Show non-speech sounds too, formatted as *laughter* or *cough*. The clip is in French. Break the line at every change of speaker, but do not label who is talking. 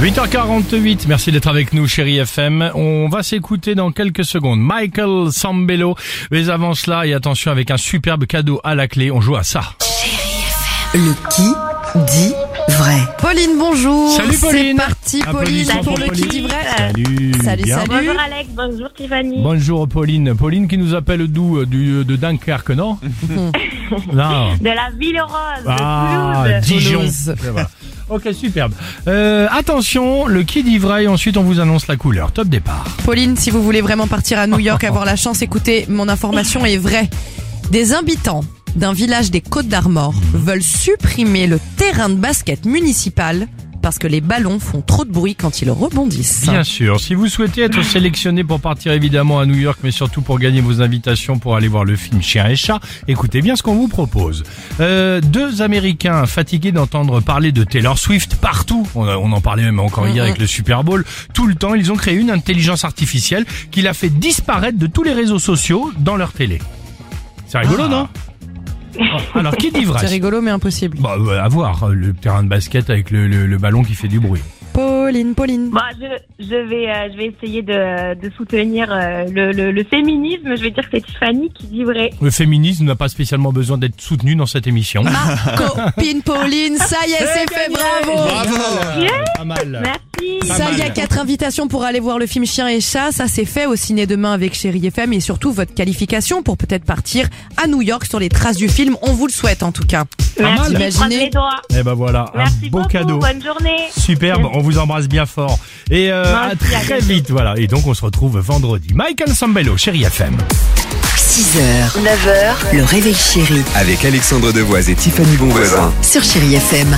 8h48, merci d'être avec nous chérie FM. On va s'écouter dans quelques secondes. Michael Sambello, mais avant cela, et attention avec un superbe cadeau à la clé, on joue à ça.
Le qui dit vrai.
Pauline, bonjour.
Salut, Pauline.
C'est parti, Pauline,
Applaudissements
pour le
Pauline.
qui dit vrai.
Salut,
Euh, Salut,
bien.
salut.
Bonjour Alex, bonjour Tiffany.
Bonjour Pauline. Pauline qui nous appelle d'où euh, du, euh, De Dunkerque, non Non.
De la Ville Rose,
Ah,
de Toulouse.
Dijon.
Toulouse.
Voilà. Ok, superbe. Euh, attention, le qui dit vrai, ensuite on vous annonce la couleur. Top départ.
Pauline, si vous voulez vraiment partir à New York,
*laughs*
avoir la chance, écoutez, mon information est vraie. Des habitants d'un village des Côtes d'Armor veulent supprimer le terrain de basket municipal parce que les ballons font trop de bruit quand ils rebondissent.
Bien sûr. Si vous souhaitez être sélectionné pour partir évidemment à New York, mais surtout pour gagner vos invitations pour aller voir le film Chien et Chat, écoutez bien ce qu'on vous propose. Euh, deux Américains fatigués d'entendre parler de Taylor Swift partout. On, a- on en parlait même encore hier avec le Super Bowl. Tout le temps, ils ont créé une intelligence artificielle qui l'a fait disparaître de tous les réseaux sociaux dans leur télé. C'est rigolo, non Oh, Alors, qui dit
C'est
vrai
rigolo mais impossible.
Bah, euh, à voir, euh, le terrain de basket avec le- le- le ballon qui fait du bruit.
Pauline, Pauline.
Bon, je, je, vais, euh, je vais essayer de, de soutenir euh, le, le- le féminisme. Je vais dire que c'est Tiffany qui dit vrai.
Le féminisme n'a pas spécialement besoin d'être soutenu dans cette émission.
Ah,
*laughs*
Ma copine Pauline, ça y est, c'est fait, bravo.
Pas mal.
Merci.
Euh, Pas
Ça,
mal.
il y a quatre invitations pour aller voir le film Chien et Chat. Ça, c'est fait au ciné demain avec Chéri FM et surtout votre qualification pour peut-être partir à New York sur les traces du film. On vous le souhaite en tout cas.
Merci,
mal.
je croise les
Imaginez.
doigts.
Eh ben voilà,
Merci
un beau
beaucoup,
cadeau.
bonne journée.
Superbe, on vous embrasse bien fort. Et euh, à
Merci, à
très
bientôt.
vite, voilà. Et donc on se retrouve vendredi. Michael Sambello, chérie FM.
6h, 9h, le réveil chéri
Avec Alexandre Devoise et Tiffany Bonvoisin.
sur Chéri FM.